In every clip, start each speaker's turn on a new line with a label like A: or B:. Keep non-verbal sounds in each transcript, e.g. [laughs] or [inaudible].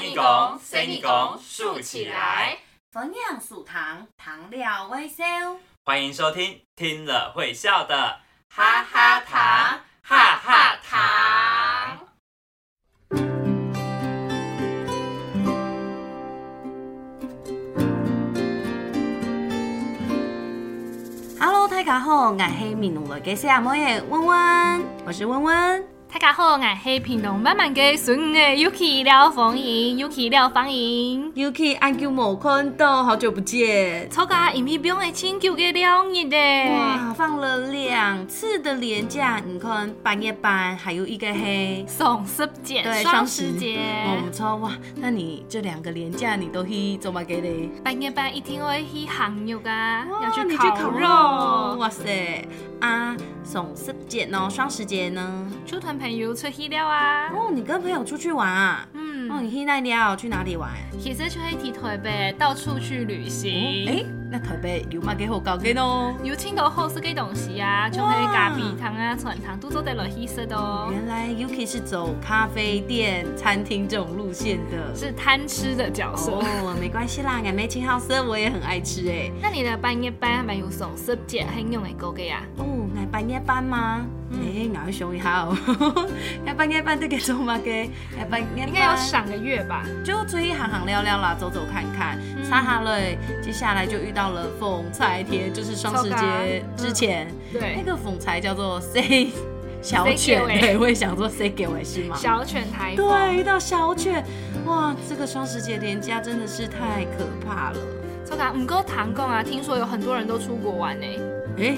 A: 逆功，生逆功，竖起来。
B: 分量属糖，糖料微笑。
A: 欢迎收听，听了会笑的
B: 哈哈糖，
A: 哈哈糖。
B: Hello，大家好，我是闽南的给小妹耶温温，我是温温。
C: 大家好，我是平东慢慢给孙的 Yuki 廖芳莹，Yuki 廖芳莹。
B: Yuki 安久冇看到，好久不见。
C: 抽个影片表的亲舅给了你的，哎
B: 哇，放了两次的连假，你看半夜班还有一个黑。
C: 双十节，
B: 对，
C: 嗯双十节，
B: 我们说哦哇，那你这两个连假你都去做嘛给嘞？
C: 半夜班一定会去行肉啊，
B: 哇
C: 要
B: 哦你
C: 去
B: 去
C: 烤
B: 烤肉，
C: 肉。
B: 哇塞！啊，双十节呢？双十节呢？
C: 出团朋友出去了啊，
B: 哦，你跟朋友出去玩啊？哦，
C: 嗯，
B: 你去那里啊？去哪里玩？
C: 其实就会提台北到处去旅行。
B: 哎、那台北有嘛几好搞嘅咯？
C: 有青岛好食嘅东西啊，像迄咖啡糖啊、船糖都做得落去食的哦，
B: 原来 Yuki 是走咖啡店、餐厅这种路线的。
C: 是贪吃的角色。
B: 哦，没关系啦，俺妹青好吃，我也很爱吃哎、
C: 那你的半夜班还蛮有种十节很用的歌个呀？
B: 哦，来半夜班吗？
C: 嗯
B: 哎、俺会想一下哦， [laughs] 来半夜班这个做嘛嘅？来半夜班
C: 应该有上个月吧？
B: 就出去行行聊聊啦，走走看看，
C: 嗯
B: 撒哈嘞。接下来就遇到了凤财贴，就是双十节之前，那
C: 嗯对，
B: 个凤财叫做 C 小
C: C
B: 犬，
C: 给尾
B: 对，我也想说 C 给尾是吗？
C: 小犬台风。
B: 对，，遇到小犬，哇，这个双十节连假真的是太可怕了。
C: 抽卡唔够糖供啊！听说有很多人都出国玩呢、
B: 哎、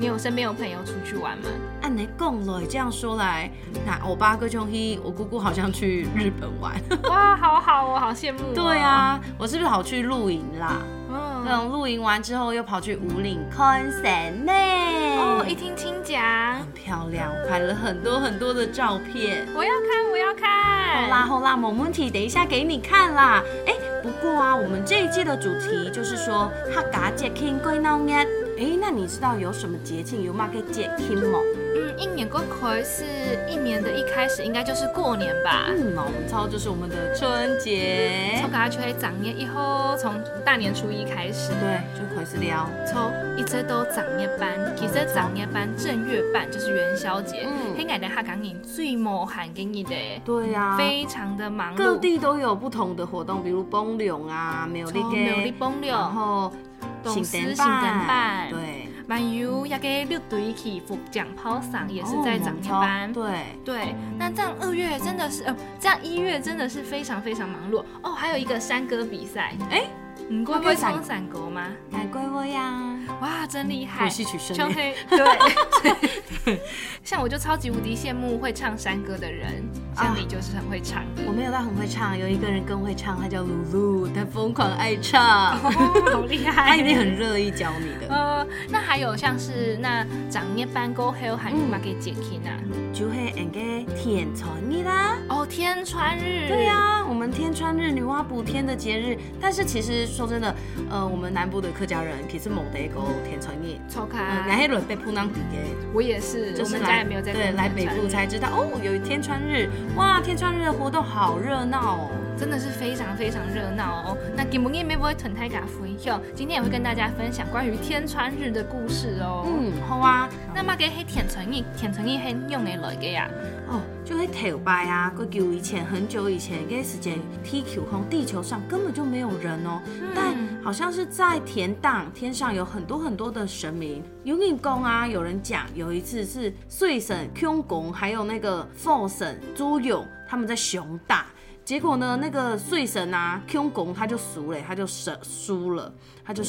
C: 你有身边有朋友出去
B: [laughs]
C: 玩吗？
B: 按你共了，这样说来，那我八哥就一，我姑姑好像去日本玩。 [laughs]
C: 哇，好好哦，好羡慕、哦。
B: 对，啊，我是不是跑去露营啦？那
C: 嗯，
B: 种露营完之后又跑去五岭昆山妹，
C: 哦，一听亲讲，
B: 很漂亮，拍了很多很多的照片。
C: 我要看，我要看。
B: 好啦，好啦，某问题等一下给你看啦。哎，不过啊，我们这一季的主题就是说哈嘎节庆归闹年。哎，那你知道有什么节庆有嘛给节庆吗？
C: 嗯，一年过开是一年的一开始，应该就是过年吧。
B: 嗯，嘛，我们操就是我们的春节
C: 抽。卡就会长年以后，从大年初一开始。
B: 对，就开始聊。
C: 抽一直都长夜班，其实长夜班正月半就是元宵节，
B: 嗯
C: 天改的哈港你最猛喊给你的耶，
B: 对呀、
C: 非常的哦忙碌，
B: 啊各地都有不同的活动，比如崩泳啊、没有力
C: 从苗栗崩
B: 然
C: 了，
B: 后
C: 董事
B: 醒灯
C: 醒灯
B: 办，
C: 办
B: 对，
C: 满游也给六堆起福奖抛赏，也是
B: 哦
C: 在
B: 猛
C: 长夜
B: 超
C: 班。
B: 对，
C: 对，那这样二月真的是，呃，这样一月真的是非常非常忙碌哦。还有一个山歌比赛，
B: 哎
C: 你过
B: 会不
C: 会
B: 会闪
C: 唱闪歌吗？
B: 改归我呀，
C: 哇，真厉
B: 我
C: 害！
B: 戏曲生
C: 胸
B: 耶，
C: 黑， [laughs] 对， [laughs] 像我就超级无敌羡慕会唱山歌的人，像你就是很会唱的，
B: 我没有到很会唱，有一个人更会唱，他叫露露，他疯狂爱
C: [laughs]
B: 唱，
C: [laughs] 哦好厉害
B: 他一定很乐意教你的。
C: 呃，那还有像是那长夜班沟还有韩语嘛给解禁啊，
B: 就是那个天穿日啦，
C: 哦，天穿日，
B: 对、呀，我们天穿日女娲补天的节日，但是其实说真的，呃，我们南部的客家人其实某得个天穿日，
C: 抽
B: 嗯，
C: 卡，
B: 那些人被扑浪底的。
C: 我也是，
B: 就
C: 我
B: 是
C: 们
B: 来
C: 家也没有在
B: 对
C: 跟
B: 来
C: 天
B: 北
C: 穿
B: 部
C: 日
B: 才知道哦，有天穿日哇，天穿日的活动好热闹哦。
C: 真的是非常非常热闹哦。那给梦夜妹不会屯太嘎福音秀，今天也会跟大家分享关于天穿日的故事哦。嗯，
B: 嗯，好啊，
C: 那么给黑天穿日，天穿日黑用的来个啊呀、
B: 哦，就会头拜啊，个久以前很久以前，那个时间 TQ 空地球上根本就没有人哦，
C: 嗯
B: 但好像是在田荡天上有很多很多的神明，有命公啊，有人讲有一次是岁神 Q 公，还有那个凤神朱勇他们在熊大。结果呢，那个岁神啊，Q 公他就输了，他就输输了，他就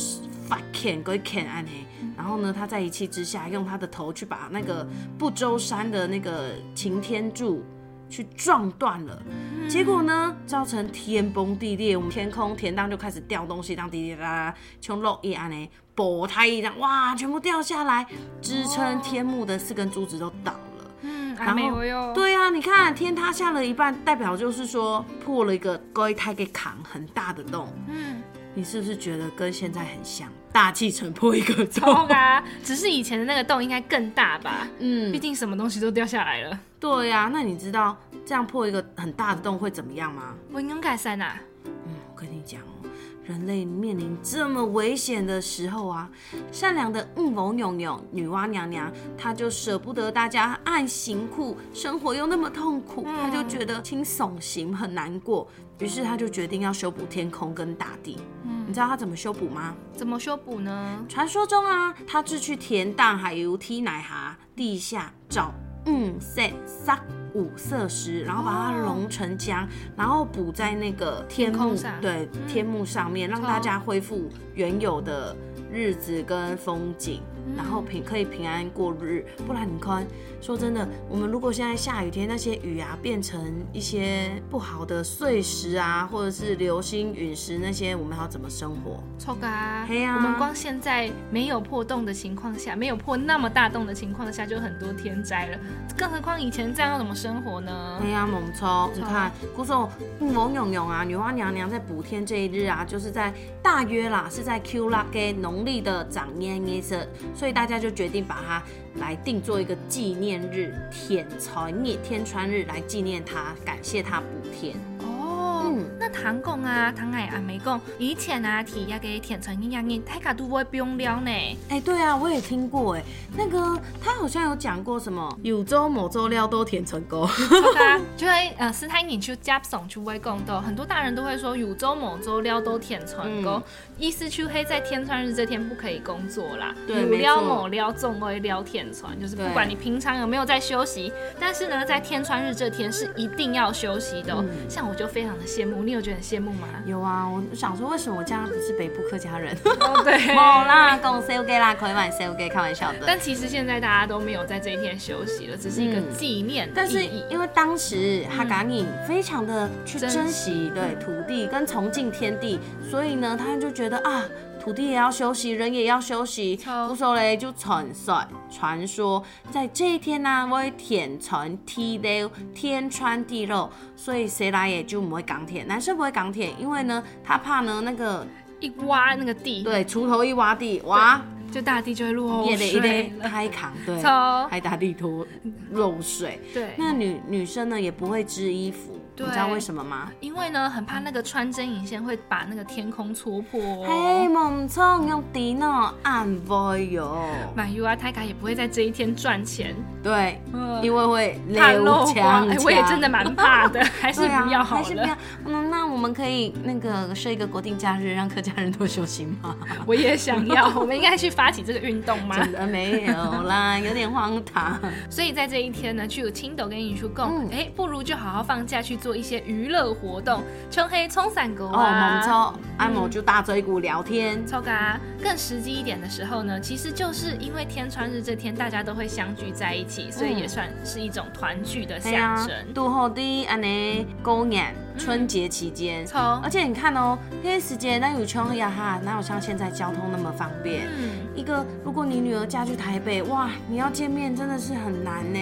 B: fucking 鬼 can 安黑。然后呢，他在一气之下用他的头去把那个不周山的那个擎天柱去撞断了。结果呢，造成天崩地裂，我们天空田当就开始掉东西，当滴滴啦啦，像落叶安呢，薄胎一样，哇，全部掉下来，支撑天幕的四根柱子都倒了。
C: 嗯，
B: 然
C: 啊
B: 后
C: 没有哟。
B: 对啊，你看天塌下了一半，代表就是说破了一个龟胎给扛很大的洞。
C: 嗯，
B: 你是不是觉得跟现在很像？大气层破一个
C: 超
B: 洞，
C: 啊！只是以前的那个洞应该更大吧？
B: 嗯啊
C: 毕，竟什么东西都掉下来了。
B: 对呀、那你知道这样破一个很大的洞会怎么样吗？
C: 我应该塞哪？
B: 嗯，我跟你讲哦，人类面临这么危险的时候啊，善良的嗯某扭扭女娲娘娘，她就舍不得大家按行苦，生活又那么痛苦，她就觉得轻耸行很难过，于是她就决定要修补天空跟大地。你知道她怎么修补吗？
C: 怎么修补呢？
B: 传说中啊，他志去田荡，还有踢奶蛤地下找嗯塞撒五色石，然后把它融成浆，然后补在那个天
C: 天
B: 幕
C: 空上嗯
B: 对天幕上面，让大家恢复原有的日子跟风景。然后平可以平安过日，不然你看，说真的，我们如果现在下雨天，那些雨啊变成一些不好的碎石啊，或者是流星陨石那些，我们还要怎么生活？
C: 臭嘎！
B: 嘿呀
C: 我们光现在没有破洞的情况下，没有破那么大洞的情况下，就很多天灾了。更何况以前这样要怎么生活呢
B: 哎？呀，猛抽！你看，古手某勇勇啊，女娲娘娘在补天这一日啊，就是在大约啦，是在 Q 拉给农历的长捏捏生，所以大家就决定把它来定做一个纪念日，天传日天穿日来纪念她，感谢她补天。
C: 哦，
B: 嗯
C: 那唐贡啊，唐矮阿梅贡，以前啊，提亚给舔成一样硬，太卡都不会不用撩呢。
B: 哎、对啊，我也听过哎、那个她好像有讲过什么，有州某州料都填成功。
C: 臭嘎！就会呃，斯泰你去加怂去喂贡豆，很多大人都会说，汝州某州撩都舔成功，
B: 嗯
C: 意思去黑在天穿日这天不可以工作啦。
B: 对
C: 汝
B: 没
C: 撩
B: 错
C: 某撩纵威撩天穿，就是不
B: 对
C: 管你平常有没有在休息，但是呢，在天穿日这天是一定要休息的、哦。
B: 嗯
C: 像我就非常的羡慕，你有觉得很羡慕吗？
B: 有啊，我想说为什么我家不是北部客家 [laughs] 人？
C: 哦，对，
B: 某啦，讲 C O K 啦，开玩 C O K 开玩笑的。
C: [laughs] 但其实现在大家都没有在这一天休息了，只是一个
B: 嗯
C: 纪念的
B: 但是
C: 意义。
B: 因为当时哈嘎尼非常的去
C: 珍
B: 珍惜对土地跟崇敬天地，所以呢，他就觉得啊，土地也要休息，人也要休息
C: 超。
B: 无所嘞，就传说传说在这一天呢、我会天传地溜，天穿地漏，所以谁来也就不会港铁，男生不会港铁，因为呢，他怕呢那个
C: 一挖那个地，
B: 对锄头一挖地，哇，
C: 就大地就会落
B: 也得也
C: 水
B: 得
C: 了。
B: 开扛，对，
C: 超
B: 还打地拖漏水。
C: 对，
B: 那女女生呢也不会织衣服，你
C: 对
B: 知道为什么吗？
C: 因为呢，很怕那个穿针引线会把那个天空戳破、
B: 嘿，
C: 哦。
B: 猛冲用迪诺按波油，
C: 买 U R 泰卡也不会在这一天赚钱，
B: 对，
C: 嗯，
B: 因为会
C: 怕
B: 流
C: 漏光。
B: 枪
C: 哎，我也真的蛮怕的， [laughs] 还是
B: 对啊，
C: 不要好
B: 还是不
C: 了。
B: 要。嗯，那我们可以那个设一个国定假日，让客家人多休息
C: [laughs]
B: 吗？
C: 我也想
B: [laughs]
C: 要，我们应该去发起这个运动吗？
B: 真的没有啦，有点荒
C: [laughs]
B: 唐。
C: 所以在这一天呢，去有青斗跟艺术共，
B: 嗯
C: 哎、不如就好好放假去做一些娱乐活动，冲黑冲散狗
B: 哦，猛
C: 啊。
B: 冲按摩就大椎骨聊天，
C: 超嘎，更实际一点的时候呢，其实就是因为天穿日这天，大家都会相聚在一起，所以
B: 嗯
C: 也算是一种团聚的
B: 嘿
C: 象
B: 啊
C: 征，。
B: 杜后的安尼勾眼，
C: 嗯
B: 春节期间。
C: 超
B: 而且你看哦，那些时间那有穷呀哈，哪有像现在交通那么方便？
C: 嗯，
B: 一个，如果你女儿嫁去台北，哇，你要见面真的是很难呢。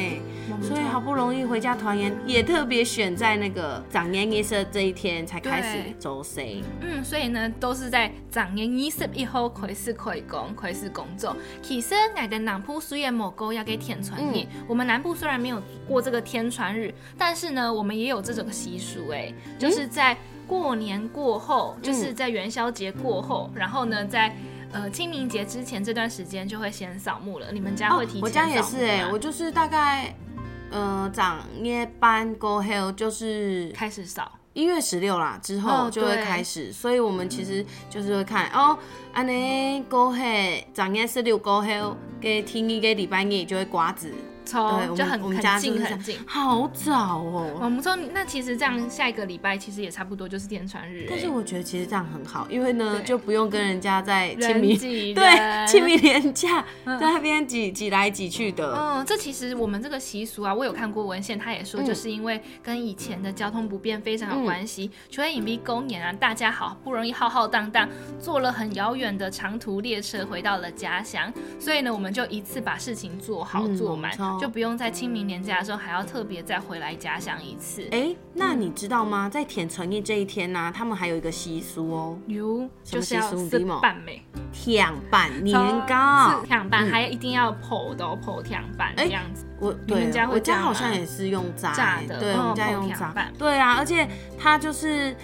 B: 所以好不容易回家团圆，也特别选在那个长年夜色这一天才开
C: 对
B: 始周 C。
C: 嗯，所以呢，都是在长年二十以后开始开工，开始工作。其实，我的南部虽然某沟要给天传日，
B: 嗯
C: 我们南部虽然没有过这个天传日，但是呢，我们也有这种习俗、哎，
B: 嗯
C: 就是在过年过后，就是在元宵节过后，然后呢，在呃清明节之前这段时间就会先扫墓了。你们家会提前、
B: 哦
C: 啊
B: 我家也是哎，我就是大概。呃，长夜班 go hell 就是
C: 开始扫。
B: 一月十六啦，之
C: 哦
B: 后就会
C: 对
B: 开始，所以我们其实就是会看哦，安尼 go hell 长夜十六 go hell，给听一个礼拜夜就会瓜子，
C: 抽
B: 对我
C: 就
B: 们
C: 很
B: 我们
C: 很
B: 家就
C: 近
B: 是这
C: 很
B: 样
C: 近，
B: 好早哦。
C: 我们说，那其实这样下一个礼拜其实也差不多就是天传日、
B: 但是
C: 哎
B: 我觉得其实这样很好，因为呢
C: 对
B: 就不用跟人家在清
C: 人
B: 明
C: 挤
B: [laughs]
C: 人
B: 对清明廉假在那边挤挤来挤去的，
C: 嗯，这其实我们这个习俗啊，我有看过文献，他也说，
B: 嗯
C: 就是因为跟以前的交通不便非常有关系。除了隐蔽公年啊，大家好不容易浩浩荡荡坐了很遥远的长途列车回到了家乡，所以呢，我们就一次把事情做好
B: 嗯
C: 做满，
B: 没错
C: 就不用在清明年假的时候还要特别再回来家乡一次。
B: 哎、那你知道吗？在舔唇印这一天呢、他们还有一个习俗哦，
C: 哟，
B: 什
C: 就
B: 么
C: 是
B: 习
C: 要
B: 俗
C: 撕
B: 你懂
C: 半美
B: 舔板年糕
C: 是。糖板，
B: 嗯
C: 还一定要剖的剖糖板
B: 哎
C: 这样子。
B: 我
C: 你们
B: 对
C: 家会
B: 我
C: 这
B: 家
C: 样
B: 好
C: 吗
B: 像也是用炸、
C: 炸
B: 欸
C: 的
B: 对，
C: 哦
B: 我们家
C: 泡
B: 用
C: 甜
B: 炸
C: 板，
B: 对啊，而且它就是，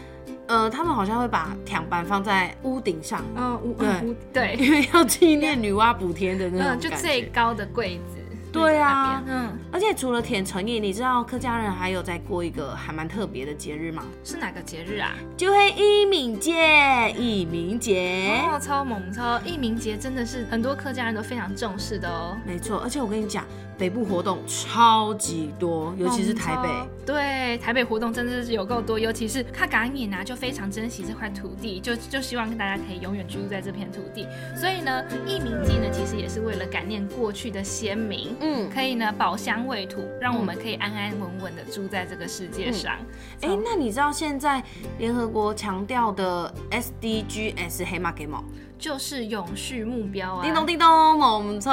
B: 呃，他们好像会把铁板放在屋顶上，
C: 嗯，五
B: 对
C: 五对，
B: 因为要纪念女娲补天的那种
C: 嗯，
B: 感
C: 就
B: 觉。
C: 最高的柜子，
B: 对啊
C: 那边嗯，
B: 而且除了舔唇印，你知道客家人还有在过一个还蛮特别的节日吗？
C: 是哪个节日啊？
B: 就是一敏节，一敏节。
C: 哦，超猛超！艺名节真的是很多客家人都非常重视的哦，
B: 没错，而且我跟你讲，北部活动超级多，尤
C: 哦
B: 其是台北。
C: 猛超。对，台北活动真的是有够多，尤其是看港年啊，就非常珍惜这块土地，就就希望大家可以永远居住在这片土地。所以呢，艺名节呢，其实也是为了感念过去的先民。
B: 嗯，
C: 可以呢，保乡卫土，让我们可以安安稳稳的住在这个世界上。
B: 哎、那你知道现在联合国强调的 SDGs 黑马给某？
C: 就是永续目标啊。
B: 叮咚叮咚，猛抽。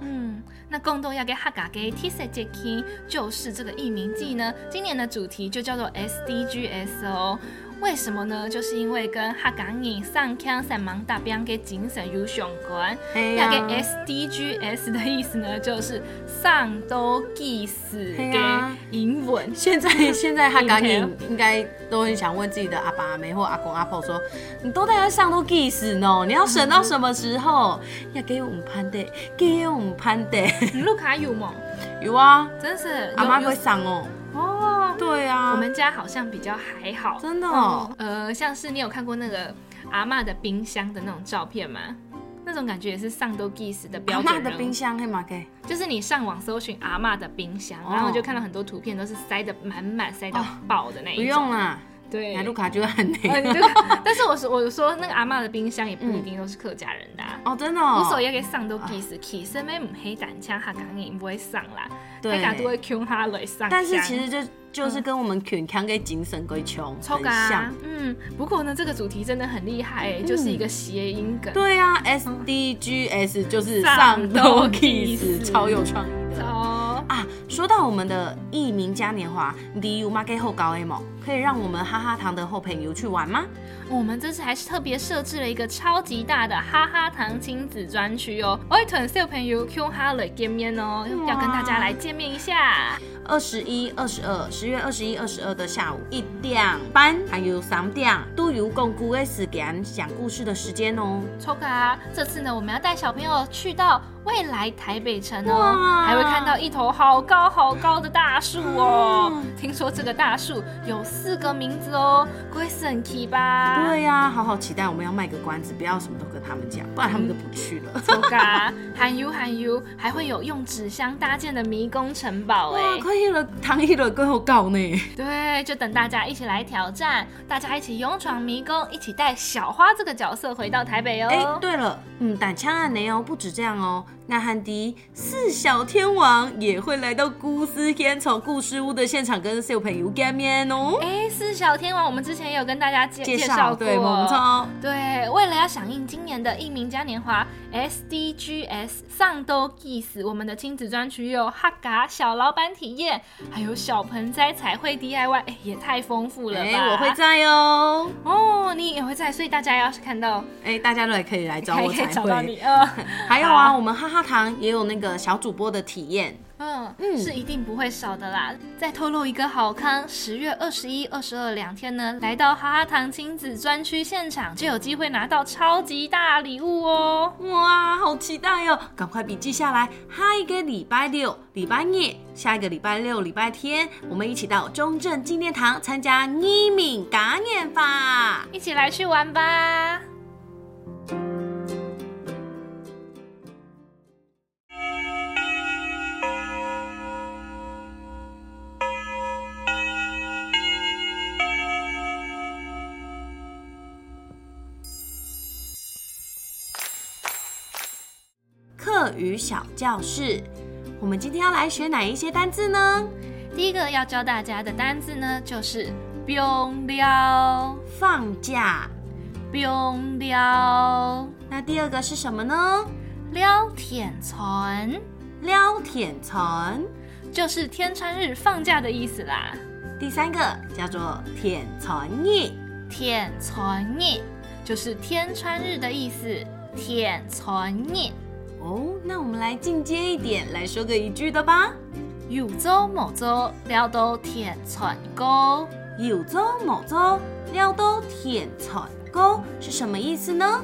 C: 嗯，那共同要给哈嘎给 T C J K 就是这个艺名季呢，今年的主题就叫做 S D G S 哦。为什么呢？就是因为跟哈嘎影上腔三盲大标给精神有相关。
B: 嘿
C: 要
B: 呀
C: 给 S D G S 的意思呢，就是上都记死
B: 嘿
C: 给
B: 呀
C: 英文。
B: [laughs] 现 [laughs] 在现在他港
C: 影
B: 影应该都很想问自己的阿爸阿妹或阿公阿婆说，你都在那上都 g 死呢？你要省到什么时 [laughs] 候？要给我们攀的，给我们攀的， [laughs]
C: 你路卡有吗？
B: 有啊，
C: 真是
B: 阿妈
C: 有
B: 会上哦。
C: 哦。
B: 对啊，
C: 我们家好像比较还好，
B: 真的哦
C: 呃，像是你有看过那个阿嬷的冰箱的那种照片吗？那种感觉也是上都 g 死的标
B: 阿
C: 准
B: 妈的
C: 人物
B: 冰，箱黑马给，
C: 就是你上网搜寻阿嬷的冰箱，
B: 哦
C: 然后就看到很多图片都是塞的满满、塞到
B: 哦
C: 爆的那一
B: 不
C: 种。
B: 用啦，
C: 对。
B: 雅鲁卡哦就很
C: 呃
B: 累。
C: 对但是我说我说那个阿嬷的冰箱也不一定都是客家人的、啊。
B: [laughs] 哦，真的
C: 我
B: 哦，
C: 所也给上都 g 死，起身没母黑胆枪哈港也不会上啦，大
B: 对
C: 家都会 Q 哈雷上枪。
B: 但是其实就就是跟我们卷腔给精神鬼穷
C: 超
B: 很
C: 感嗯啊
B: 像。，嗯
C: 嗯，不过呢，这个主题真的很厉害、欸，就是一个谐音梗，
B: 对啊，SDGs 就是
C: 上
B: 上
C: 都
B: 都
C: kiss
B: kiss，超有创意的。
C: 哦，
B: 啊，说到我们的艺名嘉年华，你有吗？给后高 M 可以让我们哈哈糖的后朋友去玩吗？
C: 我们这次还是特别设置了一个超级大的哈哈糖亲子专区哦，我会团小朋友 Q 哈雷见面哦，
B: 啊
C: 要跟大家来见面一下。
B: 二十一、二十二，十月二十一、二十二的下午一点半，还有三点，都有共故的时间，讲故事的时间哦。
C: 抽卡，啊这次呢，我们要带小朋友去到未来台北城哦，
B: 哇
C: 还会看到一头好高好高的大树哦。
B: 嗯
C: 听说这个大树有四个名字哦，龟神奇吧？
B: 对呀、好好期待，我们要卖个关子，不要什么都跟他们讲，不然他们就不去了。
C: 抽嘎，韩 U 韩 U，还会有用纸箱搭建的迷宫城堡哎、
B: 哇，可以了，糖一了，跟后告呢。
C: 对，就等大家一起来挑战，大家一起勇闯迷宫，一起带小花这个角色回到台北哦。
B: 哎、对了，嗯，胆枪案内哦，不止这样哦，那汉迪四小天王也会来到故事片丑故事屋的现场跟小朋友见面哦。
C: 哎，四小天王，我们之前也有跟大家哎介绍过，
B: 对，猛超，
C: 对，为了要响应今年的艺名嘉年华 SDGs 上都 Geese，我们的亲子专区有哈嘎小老板体验，还有小盆栽彩绘 DIY，哎，也太丰富了吧！
B: 哎、我会在哦。
C: 哦，你也会在，所以大家要是看到，
B: 哎、大家都来可以来找
C: [laughs] 可以
B: 我
C: 可以
B: 才
C: 找到
B: 会。
C: 你，
B: [laughs]
C: 呃，
B: 还有啊，
C: 好
B: 我们哈哈糖也有那个小主播的体验，
C: 嗯
B: 嗯
C: 是一定不会少的啦。再透露一个好康，十月二十一、二十二两天呢，来到哈哈糖亲子专区现场，就有机会拿到超级大礼物哦。
B: 哇，好期待哦！赶快笔记下来。下一个礼拜六、礼拜日，下一个礼拜六、礼拜天，我们一起到中正纪念堂参加一敏感染法。
C: 一起来去玩吧！
B: 课余小教室。我们今天要来学哪一些单字呢？
C: 第一个要教大家的单字呢，就是“冰撩
B: 放假。”，“
C: 冰撩
B: 那第二个是什么呢？
C: 撩舔唇”，
B: 撩舔唇。
C: 就是天穿日放假的意思啦。
B: 第三个叫做舔唇印。
C: 舔唇日就是天穿日的意思，舔唇日。
B: 哦，那我们来进阶一点，来说个一句的吧。
C: 有州某州了都天船沟，
B: 有州某州撩兜舔草沟是什么意思呢？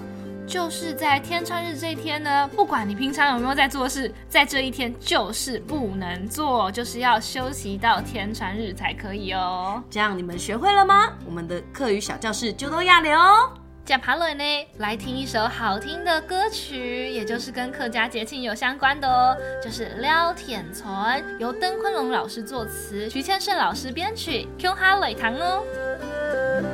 C: 就是在天穿日这一天呢，不管你平常有没有在做事，在这一天就是不能做，就是要休息到天穿日才可以哦。
B: 这样你们学会了吗？我们的课余小教室就到亚流哦。
C: 讲爬轮呢，来听一首好听的歌曲，也就是跟客家节庆有相关的哦，就是《撩舔船》，由邓坤龙老师作词，徐千胜老师编曲，Q 哈磊堂哦。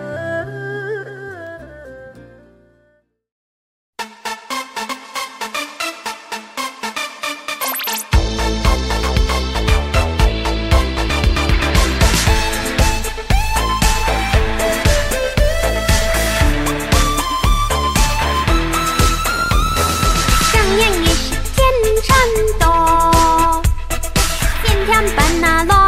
D: 上映的是天穿多，天天办那路。